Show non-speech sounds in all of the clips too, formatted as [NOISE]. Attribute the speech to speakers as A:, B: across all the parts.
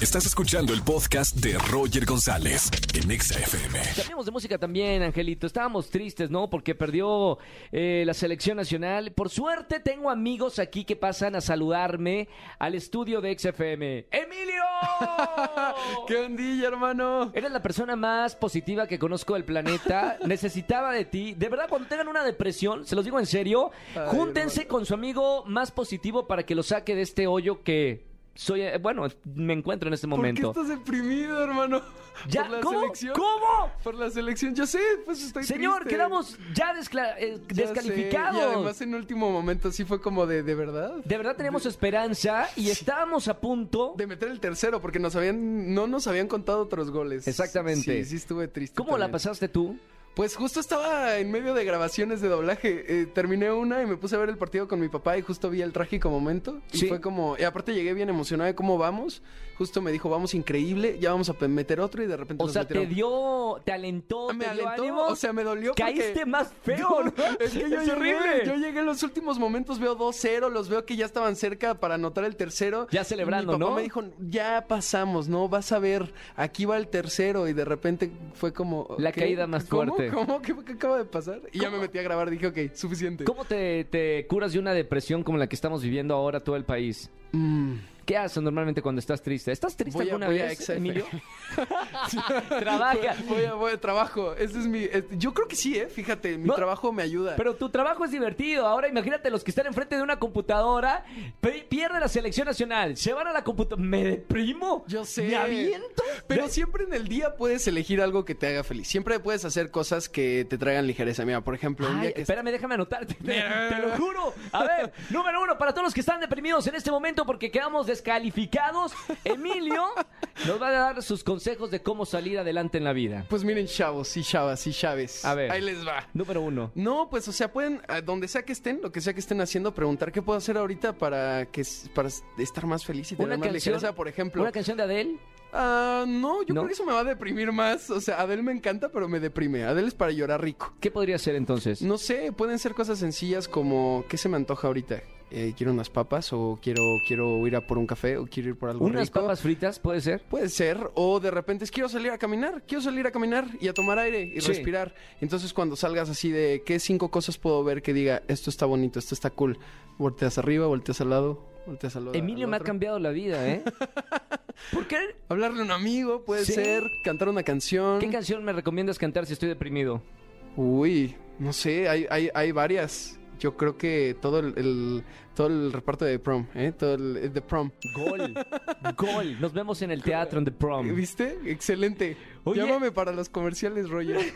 A: Estás escuchando el podcast de Roger González en Exa FM.
B: Cambiamos de música también, Angelito. Estábamos tristes, ¿no? Porque perdió eh, la selección nacional. Por suerte tengo amigos aquí que pasan a saludarme al estudio de XFM. ¡Emilio!
C: [LAUGHS] ¿Qué ondilla, hermano?
B: Eres la persona más positiva que conozco del
C: [LAUGHS]
B: planeta. Necesitaba de ti. De verdad, cuando tengan una depresión, se los digo en serio, júntense con su amigo más positivo para que lo saque de este hoyo que soy, eh, bueno, me encuentro en este
C: ¿Por qué
B: momento.
C: estás
B: [LAUGHS]
C: deprimido, hermano?
B: Ya,
C: ¿Por la
B: ¿cómo?
C: selección?
B: ¿Cómo?
C: Por la selección, ya sé, pues estoy
B: Señor,
C: triste.
B: quedamos ya, descla- eh,
C: Ya sé, Y
B: descalificados.
C: además en último momento sí fue como de, de verdad.
B: De verdad tenemos esperanza y estábamos a punto.
C: De meter el tercero, porque nos habían, no nos habían contado otros goles.
B: Exactamente.
C: Sí, sí estuve triste.
B: ¿Cómo la
C: también.
B: pasaste tú?
C: Pues justo estaba en medio de grabaciones de doblaje. Eh, terminé una y me puse a ver el partido con mi papá y justo vi el trágico momento. Y
B: Sí.
C: fue como. Y aparte llegué bien emocionado de cómo vamos. Justo me dijo, vamos increíble, ya vamos a pe- meter otro y de repente
B: O
C: nos
B: sea, te
C: metieron.
B: dio, te alentó,
C: Ah, me
B: te dio
C: alentó,
B: ánimo.
C: o sea, me dolió porque-
B: Caíste más feo,
C: No,
B: ¿no?
C: Es
B: [LAUGHS]
C: que yo,
B: Es
C: llegué,
B: horrible.
C: yo llegué en los últimos momentos, veo 2-0, los veo que ya estaban cerca para anotar el tercero.
B: Ya celebrando,
C: Mi papá
B: ¿no?
C: me dijo, ya pasamos, ¿no? Vas a ver, aquí va el tercero. Y de repente fue como...
B: La
C: ok,
B: caída más
C: ¿cómo?
B: fuerte.
C: ¿Cómo? ¿Qué, qué acaba de pasar? Y ya me metí a grabar, dije, ok, suficiente.
B: ¿Cómo te, te curas de una depresión como la que estamos viviendo ahora todo el país?
C: Mm,
B: ¿Qué haces normalmente cuando estás triste? ¿Estás triste
C: Voy a-
B: alguna
C: voy a
B: vez,
C: XF. [LAUGHS]
B: Emilio? [LAUGHS] Trabaja.
C: voy a, voy a trabajo. Ese es mi... eh, yo creo que sí, ¿eh? Fíjate, mi
B: No,
C: trabajo me ayuda.
B: Pero tu trabajo es divertido. Ahora imagínate los que están enfrente de una computadora, pe- pierde la selección nacional, se van a la computadora. ¿Me deprimo?
C: Yo sé.
B: ¿Me aviento?
C: Pero
B: De-
C: siempre en el día puedes elegir algo que te haga feliz. Siempre puedes hacer cosas que te traigan ligereza. Mira, por ejemplo, un
B: Ay,
C: día que...
B: espérame, déjame anotarte. Te, te lo juro. A ver, número uno, para todos los que están deprimidos en este momento porque quedamos descalificados, Emilio nos va a dar sus consejos de cómo salir adelante en la vida.
C: Pues miren, chavos y chavas y chaves.
B: A ver.
C: Ahí les va.
B: Número uno.
C: No, pues, o sea, pueden, a donde sea que estén, lo que sea que estén haciendo, preguntar qué puedo hacer ahorita para que s- para s- estar más feliz y tener
B: Una
C: más
B: canción,
C: ligereza, por ejemplo.
B: una canción de Adele.
C: Ah, no, yo
B: No.
C: creo que eso me va a deprimir más. O sea, Adel me encanta, pero me deprime. Adel es para llorar rico.
B: ¿Qué podría ser entonces?
C: No sé, pueden ser cosas sencillas como ¿qué se me antoja ahorita? Eh, quiero unas papas o quiero quiero ir a por un café o quiero ir por algo
B: Unas
C: rico.
B: papas fritas, puede ser.
C: Puede ser, o de repente es quiero salir a caminar, quiero salir a caminar y a tomar aire y
B: Sí.
C: respirar. Entonces cuando salgas así de qué cinco cosas puedo ver que diga esto está bonito, esto está cool, volteas arriba, volteas al lado, volteas al lado.
B: Emilio
C: al
B: me ha
C: otro.
B: cambiado la vida,
C: [LAUGHS]
B: ¿eh? ¿Por qué?
C: Hablarle a un amigo, puede
B: Sí.
C: ser, cantar una canción.
B: ¿Qué canción me recomiendas cantar si estoy deprimido?
C: Uy, no sé, hay, hay, hay varias. Yo creo que todo el, el- todo el reparto de prom, ¿eh? todo el, el de prom.
B: Gol. Gol. Nos vemos en el teatro en The Prom.
C: Eh, ¿Viste? Excelente.
B: Oye.
C: Llámame para los comerciales, Roger.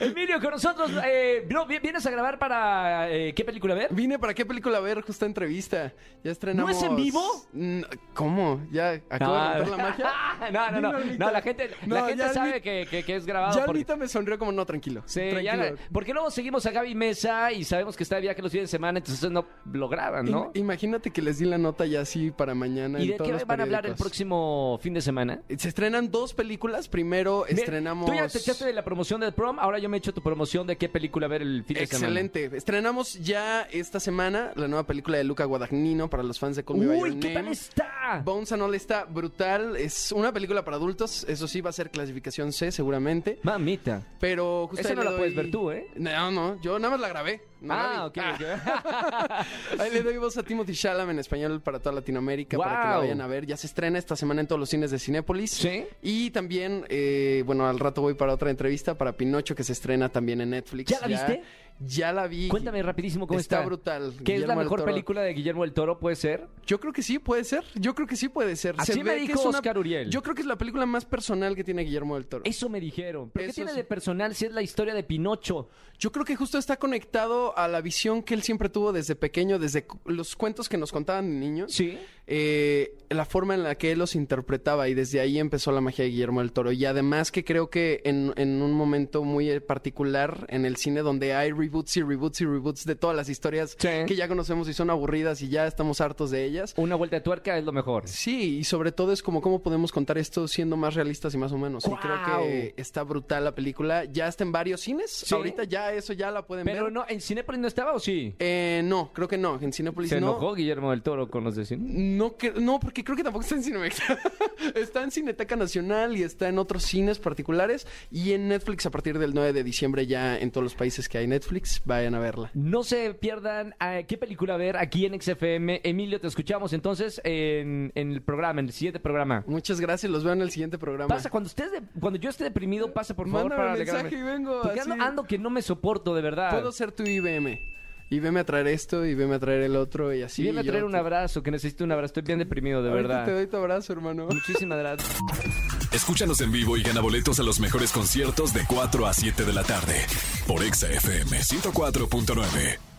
B: Emilio, con nosotros. eh, no, vi- ¿Vienes a grabar para eh, qué película ver?
C: Vine para qué película ver justa entrevista. Ya estrenamos.
B: ¿No es en vivo?
C: Mm, ¿Cómo? Ya acabo de romper la magia.
B: [LAUGHS] no, no, no.
C: Dilo ahorita.
B: No, la gente, la
C: No,
B: gente
C: ya
B: sabe
C: ahorita-
B: que, que- que es grabado.
C: Ya
B: porque-
C: ahorita me sonrió como no, tranquilo.
B: Sí,
C: tranquilo.
B: ya la- porque luego seguimos a Gaby Mesa y sabemos que está de viaje los fines de semana, entonces no lo graban,
C: Im-
B: ¿no?
C: Imagínate que les di la nota ya así para mañana.
B: ¿Y
C: en
B: de
C: todos
B: qué
C: los
B: van a hablar el
C: periódicos.
B: próximo fin de semana?
C: Se estrenan dos películas. Primero
B: Mira,
C: estrenamos.
B: Tú ya te echaste de la promoción del prom, ahora yo me echo tu promoción de qué película ver el fin de semana.
C: Excelente. Estrenamos ya esta semana la nueva película de Luca Guadagnino para los fans de Call Me By Your
B: Uy, ¿qué
C: Name.
B: tal está?
C: Bones and All está brutal. Es una película para adultos. Eso sí, va a ser clasificación C seguramente.
B: Mamita.
C: Pero justo
B: Esa
C: ahí
B: no
C: le
B: la puedes
C: doy-
B: ver tú, ¿eh?
C: No, no, yo nada más la grabé. no la vi.
B: ah, ok, ok. [LAUGHS]
C: [LAUGHS] Ahí le doy voz a Timothy Shalom en español para toda Latinoamérica para que la
B: Wow.
C: vayan a ver. Ya se estrena esta semana en todos los cines de Cinépolis.
B: Sí.
C: Y también, eh, bueno, al rato voy para otra entrevista para Pinocho que se estrena también en Netflix.
B: ¿Ya la viste?
C: Ya la vi.
B: Cuéntame rapidísimo cómo está.
C: Está brutal.
B: ¿Qué es
C: Guillermo
B: la
C: del
B: mejor
C: Toro.
B: película de Guillermo del Toro? ¿Puede ser?
C: Yo creo que sí, puede ser. Yo creo que sí puede ser.
B: Así me
C: ve que
B: dijo
C: es una-
B: Oscar Uriel.
C: Yo creo que es la película más personal que tiene Guillermo del Toro.
B: Eso me dijeron. ¿Pero qué
C: Eso
B: tiene
C: sí.
B: de personal si es la historia de Pinocho?
C: Yo creo que justo está conectado a la visión que él siempre tuvo desde pequeño, desde cu- los cuentos que nos contaban de niños.
B: Sí.
C: eh, la forma en la que él los interpretaba y desde ahí empezó la magia de Guillermo del Toro. Y además que creo que en, en un momento muy eh, particular en el cine donde hay reboots y reboots y reboots de todas las historias
B: Sí.
C: que ya conocemos y son aburridas y ya estamos hartos de ellas.
B: Una vuelta de tuerca es lo mejor.
C: Sí, y sobre todo es como cómo podemos contar esto siendo más realistas y más humanos. Y creo
B: ¡Guau!
C: que está brutal la película. Ya está en varios cines.
B: Sí.
C: Ahorita ya eso ya la pueden
B: Pero
C: ver.
B: no, ¿en Cinépolis no estaba o sí?
C: Eh, no, creo que no. En Cinepolis
B: Se
C: no.
B: enojó Guillermo del Toro con los vecinos.
C: No, que- no, porque creo que tampoco está en Cinemex. [LAUGHS] está en Cineteca Nacional y está en otros cines particulares. Y en Netflix a partir del 9 de diciembre ya en todos los países que hay Netflix, vayan a verla.
B: No se pierdan eh, qué película ver aquí en XFM. Emilio, te escuchamos entonces en, en el programa, en el siguiente programa.
C: Muchas gracias, los veo en el siguiente programa.
B: Pasa, cuando estés de- cuando yo esté deprimido, pasa por favor
C: Mándame
B: para
C: mensaje
B: alegrarme.
C: y vengo
B: Porque
C: así.
B: ando, ando que no me soporto, de verdad.
C: Puedo ser tu IBM. IBM a traer esto, IBM a traer el otro y así.
B: Si bien me
C: yo
B: traer un
C: te-
B: abrazo, que necesito un abrazo. Estoy bien deprimido, de
C: Ahorita
B: verdad.
C: Te doy tu abrazo, hermano.
B: Muchísimas gracias.
A: Escúchanos en vivo y gana boletos a los mejores conciertos de 4 a 7 de la tarde por Exa FM 104.9.